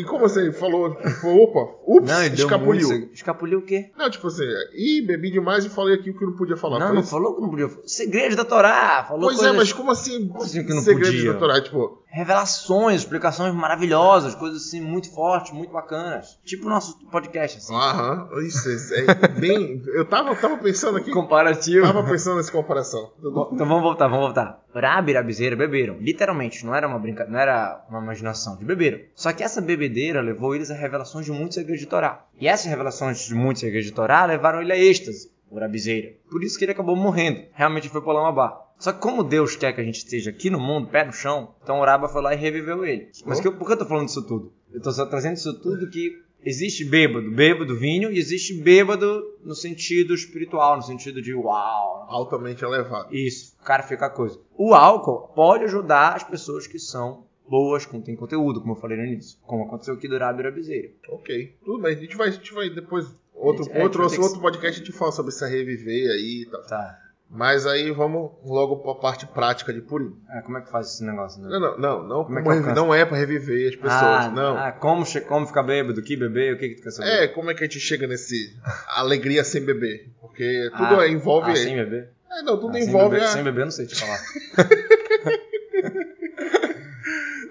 [SPEAKER 2] e como você falou, tipo, opa, ups,
[SPEAKER 1] Não, ele deu
[SPEAKER 2] escapuliu.
[SPEAKER 1] muito. Escapuliu o quê?
[SPEAKER 2] Não, tipo assim, ih, bebi demais e falei aqui o que não podia falar.
[SPEAKER 1] não,
[SPEAKER 2] Foi
[SPEAKER 1] não
[SPEAKER 2] isso?
[SPEAKER 1] falou que não podia. Segredos da Torá. Falou
[SPEAKER 2] Pois é,
[SPEAKER 1] coisas,
[SPEAKER 2] mas como assim?
[SPEAKER 1] assim que não
[SPEAKER 2] segredos
[SPEAKER 1] podia?
[SPEAKER 2] doutorais, tipo,
[SPEAKER 1] Revelações, explicações maravilhosas, coisas assim muito fortes, muito bacanas. Tipo o nosso podcast, assim.
[SPEAKER 2] aham, isso, isso é bem. Eu tava, tava pensando aqui,
[SPEAKER 1] Comparativo.
[SPEAKER 2] tava pensando nessa comparação.
[SPEAKER 1] Bom, Então vamos voltar, vamos voltar. Rabi e Rabizeira beberam. Literalmente, não era uma brincadeira, não era uma imaginação. Eles beberam. Só que essa bebedeira levou eles a revelações de muitos segredos de Torá. E essas revelações de muitos segredos de Torá levaram ele a êxtase, o Rabizeira. Por isso que ele acabou morrendo. Realmente foi para Lamabá. Só que como Deus quer que a gente esteja aqui no mundo, pé no chão, então o Raba foi lá e reviveu ele. Mas que eu- por que eu tô falando disso tudo? Eu tô só trazendo isso tudo que existe bêbado, bêbado vinho, e existe bêbado no sentido espiritual, no sentido de uau,
[SPEAKER 2] altamente elevado.
[SPEAKER 1] isso, o cara fica a coisa. O álcool pode ajudar as pessoas que são boas, com tem conteúdo, como eu falei no início. Como aconteceu aqui do Rábio Rabizeira.
[SPEAKER 2] Ok, tudo bem. A gente vai, a gente vai depois. Outro,
[SPEAKER 1] A gente- é,
[SPEAKER 2] outro,
[SPEAKER 1] a gente vai ter
[SPEAKER 2] outro podcast a gente fala sobre essa reviver aí e tal.
[SPEAKER 1] Tá.
[SPEAKER 2] Mas aí vamos logo pra parte prática de Purim.
[SPEAKER 1] É, como é que faz esse negócio? Né?
[SPEAKER 2] Não, não, não. Não,
[SPEAKER 1] Como é
[SPEAKER 2] como
[SPEAKER 1] que
[SPEAKER 2] revi-
[SPEAKER 1] alcança?
[SPEAKER 2] não é pra reviver as pessoas,
[SPEAKER 1] ah,
[SPEAKER 2] não.
[SPEAKER 1] Ah, como, che- como ficar bêbado, que beber, o que que tu quer saber?
[SPEAKER 2] é, como é que a gente chega nesse alegria sem beber? Porque tudo é,
[SPEAKER 1] Ah,
[SPEAKER 2] envolve.
[SPEAKER 1] Ah, sem beber?
[SPEAKER 2] É, não, tudo
[SPEAKER 1] Ah, sem
[SPEAKER 2] envolve
[SPEAKER 1] beber-
[SPEAKER 2] a.
[SPEAKER 1] Sem beber, eu não sei te falar.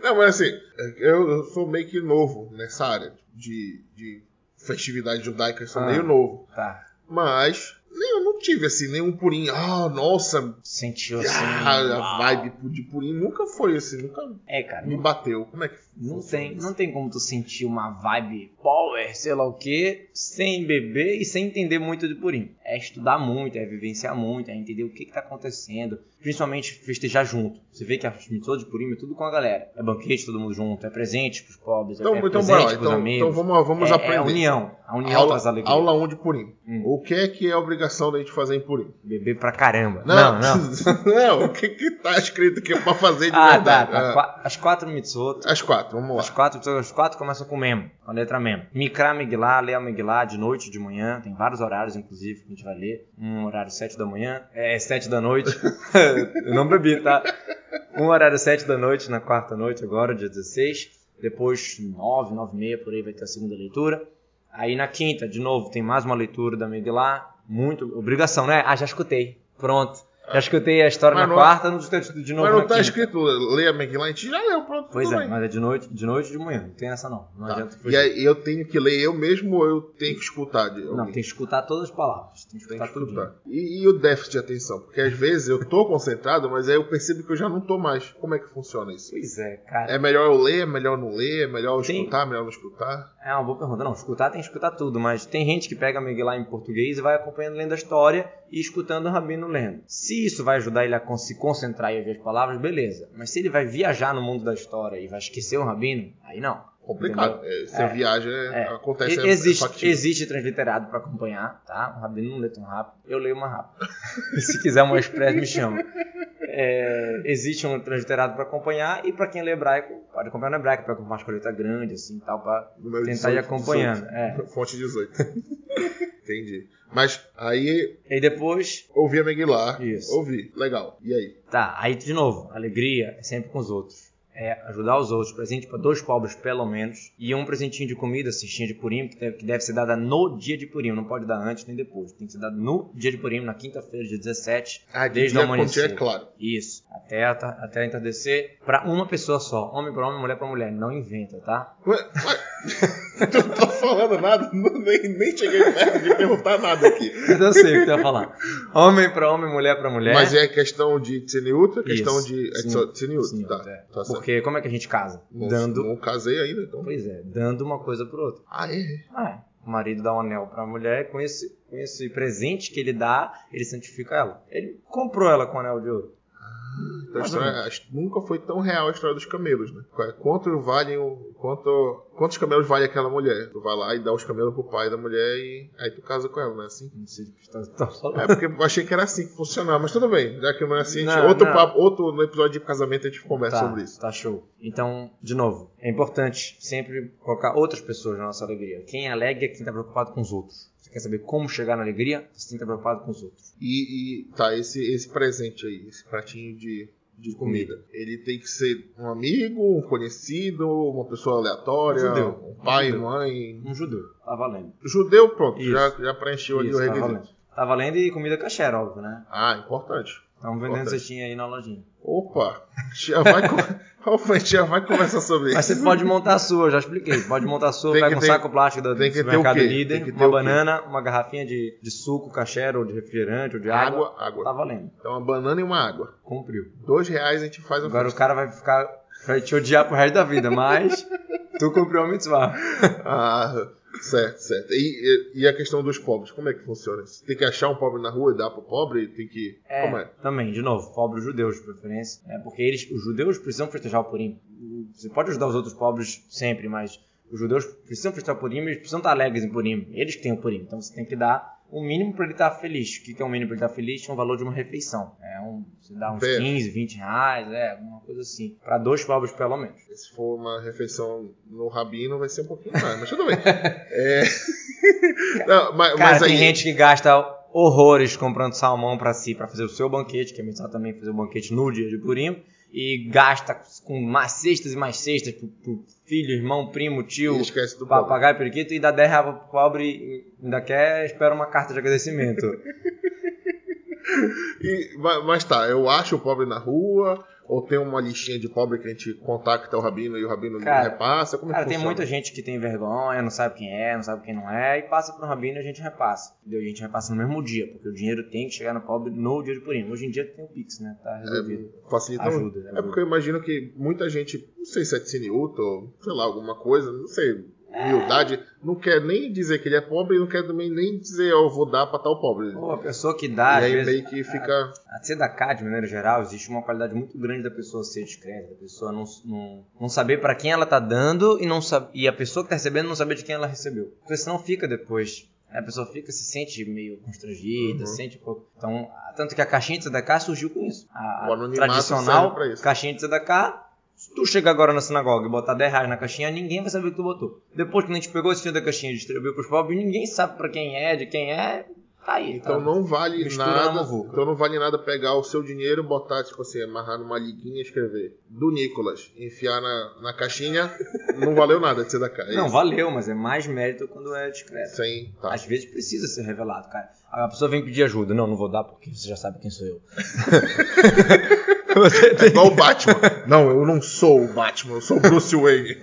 [SPEAKER 2] Não, mas assim, eu, eu sou meio que novo nessa área de, de festividades judaicas, sou
[SPEAKER 1] Ah.
[SPEAKER 2] meio novo.
[SPEAKER 1] tá.
[SPEAKER 2] Mas Nem, eu não tive assim, nenhum purim. Ah, nossa,
[SPEAKER 1] Sentiu assim.
[SPEAKER 2] ah, a
[SPEAKER 1] uau.
[SPEAKER 2] vibe de purim nunca foi assim, nunca
[SPEAKER 1] É, cara.
[SPEAKER 2] me
[SPEAKER 1] Não,
[SPEAKER 2] bateu. Como é que
[SPEAKER 1] não
[SPEAKER 2] funciona
[SPEAKER 1] tem,
[SPEAKER 2] isso?
[SPEAKER 1] não tem como tu sentir uma vibe power, sei lá o que, sem beber e sem entender muito de purim. É estudar muito, é vivenciar muito, é entender o que, que tá acontecendo. Principalmente festejar junto. Você vê que as mitos de purim é tudo com a galera. É banquete, todo mundo junto, é presente pros pobres,
[SPEAKER 2] Então,
[SPEAKER 1] é
[SPEAKER 2] então,
[SPEAKER 1] presente
[SPEAKER 2] bora lá,
[SPEAKER 1] pros
[SPEAKER 2] então,
[SPEAKER 1] amigos.
[SPEAKER 2] então vamos, vamos
[SPEAKER 1] é,
[SPEAKER 2] aprender.
[SPEAKER 1] É a união. A união
[SPEAKER 2] aula,
[SPEAKER 1] das alegrias.
[SPEAKER 2] aula 1 de Purim.
[SPEAKER 1] Hum.
[SPEAKER 2] O que é que é a obrigação da gente fazer em Purim? Né?
[SPEAKER 1] Beber pra caramba. Não, não.
[SPEAKER 2] não, o que que tá escrito que é pra fazer de
[SPEAKER 1] Ah, tá.
[SPEAKER 2] verdade?
[SPEAKER 1] tá.
[SPEAKER 2] Ah,
[SPEAKER 1] Qua- As quatro mitzvot
[SPEAKER 2] As quatro, vamos
[SPEAKER 1] Os
[SPEAKER 2] lá.
[SPEAKER 1] quatro, então, os quatro começam com Mem, com a letra Mem. Mikra Migilá, Leia Migilá, de noite, de manhã. Tem vários horários, inclusive, que a gente vai ler. Um horário sete da manhã, é sete da noite. Eu não bebi, tá? Um horário sete da noite, na quarta noite agora, dia 16. Depois, nove, nove e meia, por aí vai ter a segunda leitura. Aí na quinta, de novo, tem mais uma leitura da Migilá. Muito, obrigação, né? Ah, já escutei. Pronto. Já escutei a história
[SPEAKER 2] Mas
[SPEAKER 1] na
[SPEAKER 2] não- é-
[SPEAKER 1] quarta, não escutei de novo
[SPEAKER 2] Mas não
[SPEAKER 1] na
[SPEAKER 2] tá
[SPEAKER 1] quinta.
[SPEAKER 2] escrito leia McLean, a gente já leu, pronto,
[SPEAKER 1] Pois
[SPEAKER 2] tudo
[SPEAKER 1] é,
[SPEAKER 2] bem.
[SPEAKER 1] mas é de noite, de noite e de manhã. Não tem essa não. Não
[SPEAKER 2] Tá.
[SPEAKER 1] adianta é. fugir.
[SPEAKER 2] E aí eu tenho que ler eu mesmo ou eu tenho que escutar? De
[SPEAKER 1] Não, tem que escutar todas as palavras. Tem que
[SPEAKER 2] Tem que
[SPEAKER 1] escutar Tá tudo.
[SPEAKER 2] escutar. E, e o déficit de atenção? Porque às vezes eu tô concentrado, mas aí eu percebo que eu já não tô mais. Como é que funciona isso?
[SPEAKER 1] Pois é, cara.
[SPEAKER 2] É melhor eu ler, é melhor não ler, é melhor eu
[SPEAKER 1] Sim.
[SPEAKER 2] escutar, é melhor não escutar?
[SPEAKER 1] É uma boa pergunta. Não, escutar tem que escutar tudo, mas tem gente que pega Miguel lá em português e vai acompanhando lendo a história e escutando o Rabino lendo. Se isso vai ajudar ele a con- se concentrar e ouvir as palavras, beleza. Mas se ele vai viajar no mundo da história e vai esquecer o Rabino, aí não.
[SPEAKER 2] Complicado. É, se a viagem é-
[SPEAKER 1] É.
[SPEAKER 2] acontece, é,
[SPEAKER 1] E-
[SPEAKER 2] é
[SPEAKER 1] existe,
[SPEAKER 2] factível.
[SPEAKER 1] existe transliterado pra acompanhar, tá? O Rabino não lê tão rápido, eu leio mais rápido. Se quiser uma express, me chama. É, existe um transliterado pra acompanhar e pra quem lê hebraico, pode acompanhar no hebraico, pega uma escoleta grande, assim, tal, pra
[SPEAKER 2] Número
[SPEAKER 1] tentar ir
[SPEAKER 2] 18,
[SPEAKER 1] tá acompanhando. É.
[SPEAKER 2] 18. Fonte 18. Entendi. Mas aí
[SPEAKER 1] E depois,
[SPEAKER 2] ouvi a Meguilar.
[SPEAKER 1] Isso.
[SPEAKER 2] Ouvi. Legal. E aí?
[SPEAKER 1] tá, aí de novo, alegria é sempre com os outros. É ajudar os outros, presente pra dois pobres pelo menos, e um presentinho de comida, cestinha de purim, que deve, que deve ser dada no dia de purim, não pode dar antes nem depois, tem que ser dada no dia de purim, na quinta-feira, dia 17,
[SPEAKER 2] Ah, de
[SPEAKER 1] Desde
[SPEAKER 2] dia
[SPEAKER 1] o
[SPEAKER 2] com dia,
[SPEAKER 1] amanhecer.
[SPEAKER 2] é claro.
[SPEAKER 1] Isso. Até, a- até entardecer pra uma pessoa só. Homem pra homem, mulher pra mulher. Não inventa, tá?
[SPEAKER 2] Ué, ué, tu não tá falando nada, não- nem, nem cheguei perto de perguntar nada aqui.
[SPEAKER 1] Eu não sei o que tu ia falar. Homem pra homem, mulher pra mulher.
[SPEAKER 2] Mas é questão de tseniuta, questão
[SPEAKER 1] Né? Isso.
[SPEAKER 2] de. É
[SPEAKER 1] Sim.
[SPEAKER 2] só tseniuta,
[SPEAKER 1] Sim,
[SPEAKER 2] tá.
[SPEAKER 1] é.
[SPEAKER 2] tá certo.
[SPEAKER 1] Porque como é que a gente casa?
[SPEAKER 2] Não,
[SPEAKER 1] Dando.
[SPEAKER 2] não casei ainda, então.
[SPEAKER 1] Pois é, dando uma coisa pro outro.
[SPEAKER 2] Ah, é?
[SPEAKER 1] Ah, é. O marido dá um anel pra mulher e com esse, com esse presente que ele dá, ele santifica ela. Ele comprou ela com anel de ouro.
[SPEAKER 2] Então, a
[SPEAKER 1] Mais ou
[SPEAKER 2] história- acho- nunca foi tão real a história dos camelos, né? Qu- Quanto valem o. Quanto, quantos camelos vale aquela mulher? Tu vai lá e dá os camelos pro pai da mulher e aí tu casa com ela, não é assim?
[SPEAKER 1] Não sei de que tá- tá falando.
[SPEAKER 2] É, porque eu achei que era assim que funcionava, mas tudo bem, já que não é assim, a gente-
[SPEAKER 1] Não,
[SPEAKER 2] outro,
[SPEAKER 1] não.
[SPEAKER 2] papo- outro episódio de casamento a gente conversa
[SPEAKER 1] tá,
[SPEAKER 2] sobre isso.
[SPEAKER 1] Tá show. Então, de novo, é importante sempre colocar outras pessoas na nossa alegria. Quem é alegre é quem está preocupado com os outros. Você quer saber como chegar na alegria? Você tem que estar preocupado com os outros.
[SPEAKER 2] E, e, tá, esse, esse presente aí, esse pratinho de, de comida, ele tem que ser um amigo, um conhecido, uma pessoa aleatória,
[SPEAKER 1] Judeu.
[SPEAKER 2] um pai,
[SPEAKER 1] Judeu.
[SPEAKER 2] mãe.
[SPEAKER 1] Um judeu. Tá valendo.
[SPEAKER 2] Judeu, pronto,
[SPEAKER 1] Isso.
[SPEAKER 2] já, já preencheu ali o
[SPEAKER 1] Isso, tá
[SPEAKER 2] requisito.
[SPEAKER 1] valendo. Tá valendo e comida caché, óbvio, né?
[SPEAKER 2] ah, importante.
[SPEAKER 1] Estamos vendendo
[SPEAKER 2] Importante.
[SPEAKER 1] cestinha aí na lojinha.
[SPEAKER 2] Opa, já vai, con- Opa, a gente já vai conversar sobre
[SPEAKER 1] Mas
[SPEAKER 2] isso.
[SPEAKER 1] você pode montar a sua, já expliquei. Pode montar a sua,
[SPEAKER 2] Tem que
[SPEAKER 1] pega um
[SPEAKER 2] ter-
[SPEAKER 1] saco plástico do, do
[SPEAKER 2] tem que ter o
[SPEAKER 1] supermercado
[SPEAKER 2] quê? Tem
[SPEAKER 1] líder,
[SPEAKER 2] que ter
[SPEAKER 1] uma
[SPEAKER 2] o quê?
[SPEAKER 1] banana, uma garrafinha de, de suco caché ou de refrigerante ou de água.
[SPEAKER 2] Água, água.
[SPEAKER 1] Tá valendo.
[SPEAKER 2] Então, uma banana e uma água.
[SPEAKER 1] Cumpriu.
[SPEAKER 2] Dois reais a gente faz uma
[SPEAKER 1] Agora o
[SPEAKER 2] festa.
[SPEAKER 1] cara vai ficar. Vai te odiar pro resto da vida, mas tu cumpriu a mitzvah.
[SPEAKER 2] Ah, certo, certo. E, e- e a questão dos pobres, como é que funciona isso? Tem que achar um pobre na rua e dar pro pobre? Tem que. Como é?
[SPEAKER 1] Também, de novo, pobres judeus, de preferência. É porque eles, os judeus precisam festejar o Purim. Você pode ajudar os outros pobres sempre, mas os judeus precisam festejar o Purim, eles precisam estar alegres em Purim. Eles que têm o Purim. Então você tem que dar o mínimo para ele estar feliz. O que que é o mínimo para ele estar feliz? É um valor de uma refeição. É um, você dá uns
[SPEAKER 2] Pera.
[SPEAKER 1] 15, 20 reais, é, alguma coisa assim. Para dois pobres, pelo menos.
[SPEAKER 2] Se for uma refeição no rabino, vai ser um pouquinho mais, mas tudo bem. É... Não, mas,
[SPEAKER 1] Cara,
[SPEAKER 2] mas aí. é
[SPEAKER 1] tem gente que gasta horrores comprando salmão pra si, pra fazer o seu banquete, que é mitzvah também fazer o banquete no dia de Purim, e gasta com mais cestas e mais cestas pro, pro filho, irmão, primo, tio,
[SPEAKER 2] e esquece é do pobre.
[SPEAKER 1] papagaio, periquito, e dá 10 reais pro pobre e ainda quer, espera uma carta de agradecimento.
[SPEAKER 2] E, ma- mas tá, eu acho o pobre na rua, ou tem uma listinha de pobre que a gente contacta o Rabino e o Rabino
[SPEAKER 1] Cara,
[SPEAKER 2] repassa? Como é que
[SPEAKER 1] Cara, tem
[SPEAKER 2] funciona?
[SPEAKER 1] muita gente que tem vergonha, não sabe quem é, não sabe quem não é, e passa pro Rabino e a gente repassa. Entendeu? E a gente repassa no mesmo dia, porque o dinheiro tem que chegar no pobre no dia de Purim. Hoje em dia tem o Pix, né? Tá resolvido.
[SPEAKER 2] É, Facilita muito.
[SPEAKER 1] Ajuda, né?
[SPEAKER 2] É porque eu imagino que muita gente, não sei se é de Siniuto, ou sei lá, alguma coisa, não sei,
[SPEAKER 1] É.
[SPEAKER 2] humildade, não quer nem dizer que ele é pobre e não quer também nem dizer, ó, eu vou dar pra tal pobre.
[SPEAKER 1] Pô, a pessoa que
[SPEAKER 2] e
[SPEAKER 1] dá, Ah, às
[SPEAKER 2] aí
[SPEAKER 1] vezes,
[SPEAKER 2] meio que fica.
[SPEAKER 1] A ser da cá, de maneira geral, existe uma qualidade muito grande da pessoa ser discreta, da pessoa não, não, não saber pra quem ela tá dando e, não sab- e a pessoa que tá recebendo não saber de quem ela recebeu. Porque senão fica depois. né? A pessoa fica, se sente meio constrangida,
[SPEAKER 2] Uhum.
[SPEAKER 1] se sente um pouco. Então, a- tanto que a caixinha de Sedaká surgiu com isso. A
[SPEAKER 2] O anonimato serve
[SPEAKER 1] tradicional
[SPEAKER 2] pra isso.
[SPEAKER 1] caixinha de Sedaká, se tu chegar agora na sinagoga e botar 10 reais na caixinha, ninguém vai saber o que tu botou. Depois que a gente pegou esse dinheiro da caixinha e distribuiu pros pobres, ninguém sabe pra quem é, de quem é, tá aí.
[SPEAKER 2] Então
[SPEAKER 1] tá.
[SPEAKER 2] não vale
[SPEAKER 1] Mistura na
[SPEAKER 2] nada.
[SPEAKER 1] muvuca.
[SPEAKER 2] Então não vale nada pegar o seu dinheiro, botar, tipo assim, amarrar numa liguinha e escrever do Nicolas, enfiar na, na caixinha, não valeu nada de ser da cara.
[SPEAKER 1] Não, valeu, mas é mais mérito quando é discreto.
[SPEAKER 2] Sem, tá.
[SPEAKER 1] Às vezes precisa ser revelado, cara. A pessoa vem pedir ajuda. Não, não vou dar porque você já sabe quem sou eu. Você
[SPEAKER 2] É
[SPEAKER 1] tem-
[SPEAKER 2] igual o Batman. Não, eu não sou o Batman, eu sou o Bruce Wayne.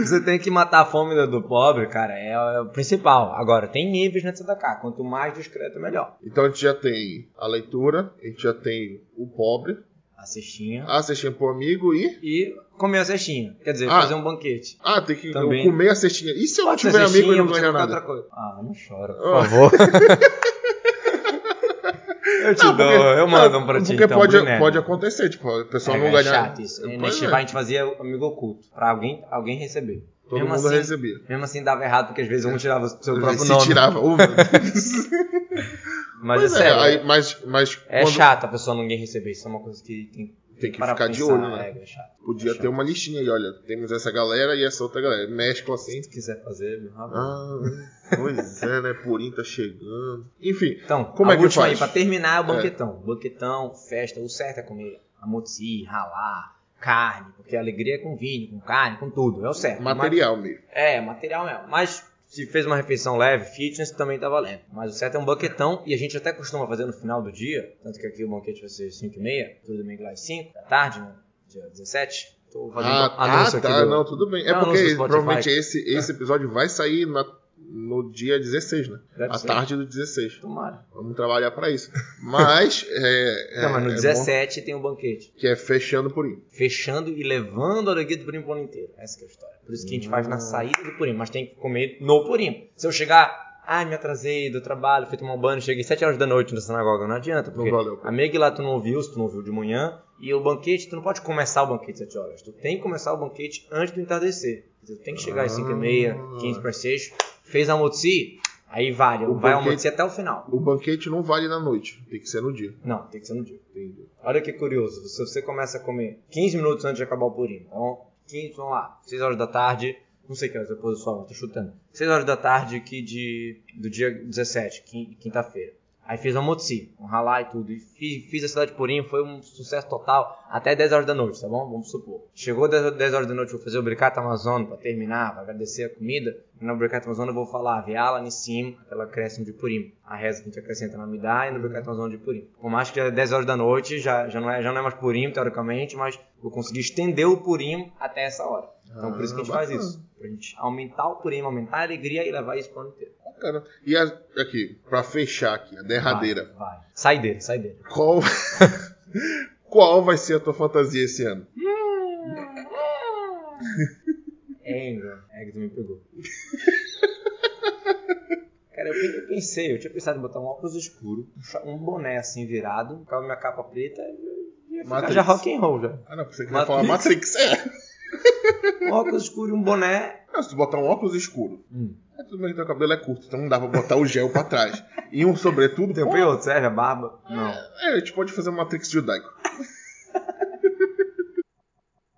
[SPEAKER 1] Você tem que matar a fome do- do pobre, cara. É, é o principal. Agora, tem níveis na tzedakah. Quanto mais discreto, melhor.
[SPEAKER 2] Então a gente já tem a leitura, a gente já tem o pobre,
[SPEAKER 1] A cestinha.
[SPEAKER 2] a cestinha pro amigo e.
[SPEAKER 1] E comer a cestinha. Quer dizer,
[SPEAKER 2] Ah.
[SPEAKER 1] fazer um banquete.
[SPEAKER 2] Ah, tem que
[SPEAKER 1] Também.
[SPEAKER 2] comer a cestinha. E se eu não
[SPEAKER 1] Pode ser
[SPEAKER 2] tiver amigo
[SPEAKER 1] cestinha,
[SPEAKER 2] e não
[SPEAKER 1] pode ser
[SPEAKER 2] ganhar
[SPEAKER 1] qualquer
[SPEAKER 2] nada?
[SPEAKER 1] outra coisa. Ah, não chora, por
[SPEAKER 2] Oh.
[SPEAKER 1] favor. eu te
[SPEAKER 2] Não,
[SPEAKER 1] dou,
[SPEAKER 2] porque-
[SPEAKER 1] eu mando um pra ti.
[SPEAKER 2] Porque
[SPEAKER 1] então,
[SPEAKER 2] pode,
[SPEAKER 1] Brunet.
[SPEAKER 2] pode acontecer, tipo, a pessoa
[SPEAKER 1] é,
[SPEAKER 2] não
[SPEAKER 1] é
[SPEAKER 2] ganhar.
[SPEAKER 1] chato isso.
[SPEAKER 2] Pois é.
[SPEAKER 1] Na Shiva a gente fazia amigo oculto, pra alguém, alguém receber.
[SPEAKER 2] Todo
[SPEAKER 1] mesmo
[SPEAKER 2] mundo
[SPEAKER 1] assim,
[SPEAKER 2] recebia.
[SPEAKER 1] Mesmo assim dava errado, porque às vezes um tirava o seu próprio
[SPEAKER 2] É. se
[SPEAKER 1] nome.
[SPEAKER 2] tirava. Oh, meu Deus.
[SPEAKER 1] Mas
[SPEAKER 2] Pois
[SPEAKER 1] é sério,
[SPEAKER 2] aí- mas, mas
[SPEAKER 1] é
[SPEAKER 2] quando
[SPEAKER 1] chato a pessoa ninguém receber. Isso é uma coisa que tem,
[SPEAKER 2] Tem que
[SPEAKER 1] parar
[SPEAKER 2] ficar
[SPEAKER 1] pra
[SPEAKER 2] de
[SPEAKER 1] pensar.
[SPEAKER 2] olho, né?
[SPEAKER 1] É, é chato.
[SPEAKER 2] podia
[SPEAKER 1] é chato.
[SPEAKER 2] ter uma listinha aí, olha, temos essa galera e essa outra galera. Mescla assim.
[SPEAKER 1] Se quiser fazer, meu rapaz.
[SPEAKER 2] Ah, pois é, né? Purim tá chegando. Enfim,
[SPEAKER 1] Então,
[SPEAKER 2] Como
[SPEAKER 1] a
[SPEAKER 2] é que
[SPEAKER 1] última
[SPEAKER 2] faz?
[SPEAKER 1] aí, pra terminar, é o
[SPEAKER 2] É.
[SPEAKER 1] banquetão. Banquetão, festa, o certo é comer amotsi, ralar, carne, porque a alegria é com vinho, com carne, com tudo, é o certo. Mas-
[SPEAKER 2] material mesmo.
[SPEAKER 1] É, material mesmo. Mas se fez uma refeição leve, fitness também tá valendo. Mas o certo é um banquetão e a gente até costuma fazer no final do dia. Tanto que aqui o banquete vai ser 5 e meia, todo domingo lá às 5 da tarde, né? dia 17. Tô fazendo
[SPEAKER 2] Ah,
[SPEAKER 1] um anúncio
[SPEAKER 2] tá,
[SPEAKER 1] aqui
[SPEAKER 2] tá,
[SPEAKER 1] do-
[SPEAKER 2] não, tudo bem. É
[SPEAKER 1] Não, anúncio
[SPEAKER 2] porque
[SPEAKER 1] do Spotify. É.
[SPEAKER 2] provavelmente esse, esse episódio vai sair na- no dia 16, né?
[SPEAKER 1] Deve
[SPEAKER 2] a
[SPEAKER 1] ser.
[SPEAKER 2] tarde do 16.
[SPEAKER 1] Tomara.
[SPEAKER 2] Vamos trabalhar pra isso. Mas, é, é,
[SPEAKER 1] não, mas no
[SPEAKER 2] é bom
[SPEAKER 1] 17 tem o banquete.
[SPEAKER 2] que é fechando Purim.
[SPEAKER 1] Fechando e levando a alegria do Purim pro ano inteiro. Essa que é a história. Por isso que a gente faz
[SPEAKER 2] Hum.
[SPEAKER 1] na saída do Purim, mas tem que comer no Purim. Se eu chegar, ai, me atrasei do trabalho, fui tomar um banho, cheguei 7 horas da noite na sinagoga, não adianta,
[SPEAKER 2] Não
[SPEAKER 1] porque
[SPEAKER 2] valeu.
[SPEAKER 1] A meia que lá tu não ouviu, se tu não ouviu de manhã, e o banquete, tu não pode começar o banquete às 7 horas. Tu tem que começar o banquete antes do entardecer. Tu tem que chegar às 5 e meia,
[SPEAKER 2] Ah.
[SPEAKER 1] 15 para 6, fez a motzi, aí vale,
[SPEAKER 2] O
[SPEAKER 1] vai a
[SPEAKER 2] banquete-
[SPEAKER 1] motzi até o final.
[SPEAKER 2] O banquete não vale na noite, tem que ser no dia.
[SPEAKER 1] Não, tem que ser no dia.
[SPEAKER 2] Entendi.
[SPEAKER 1] Olha que curioso, se você começa a comer 15 minutos antes de acabar o purim, então 15, vamos lá, 6 horas da tarde, não sei que horas depois do sol, tô chutando. 6 horas da tarde aqui de, do dia 17, quin- quinta-feira. Aí fiz um motzi, um ralá e tudo, e fiz, fiz a cidade de Purim, foi um sucesso total, até 10 horas da noite, tá bom? Vamos supor. Chegou 10, ho- 10 horas da noite, eu vou fazer o Bricata Amazono pra terminar, pra agradecer a comida. E no Bricata Amazono eu vou falar, Viala Nissim, aquela acréscimo de Purim. A reza que a gente acrescenta na Midá e no Bricata Amazono de Purim. Por mais que já é 10 horas da noite, já, já, não é, já não é mais Purim, teoricamente, mas vou conseguir estender o Purim até essa hora. Então por isso que a gente
[SPEAKER 2] Ah,
[SPEAKER 1] faz
[SPEAKER 2] bacana.
[SPEAKER 1] isso. Pra gente aumentar o Purim, aumentar a alegria e levar isso pro ano inteiro.
[SPEAKER 2] Bacana. E a- aqui, pra fechar aqui, a derradeira.
[SPEAKER 1] Vai, vai. Saideira, saideira.
[SPEAKER 2] Qual Qual vai ser a tua fantasia esse ano?
[SPEAKER 1] É, Ingram. É que tu me pegou. Cara, eu pe- eu pensei, eu tinha pensado em botar um óculos escuro, um cha- um boné assim virado, com a minha capa preta e ia ficar
[SPEAKER 2] Matrix.
[SPEAKER 1] já rock and roll já.
[SPEAKER 2] Ah, não, você queria
[SPEAKER 1] Matrix.
[SPEAKER 2] falar Matrix. É.
[SPEAKER 1] Um óculos escuro e um boné.
[SPEAKER 2] Não, se tu botar um óculos escuro,
[SPEAKER 1] Hum.
[SPEAKER 2] é tudo bem que teu cabelo é curto, então não dá pra botar o gel pra trás. E um sobretudo,
[SPEAKER 1] Tem
[SPEAKER 2] pô,
[SPEAKER 1] um outro, serve a barba? Não.
[SPEAKER 2] é, a gente pode fazer um Matrix judaico.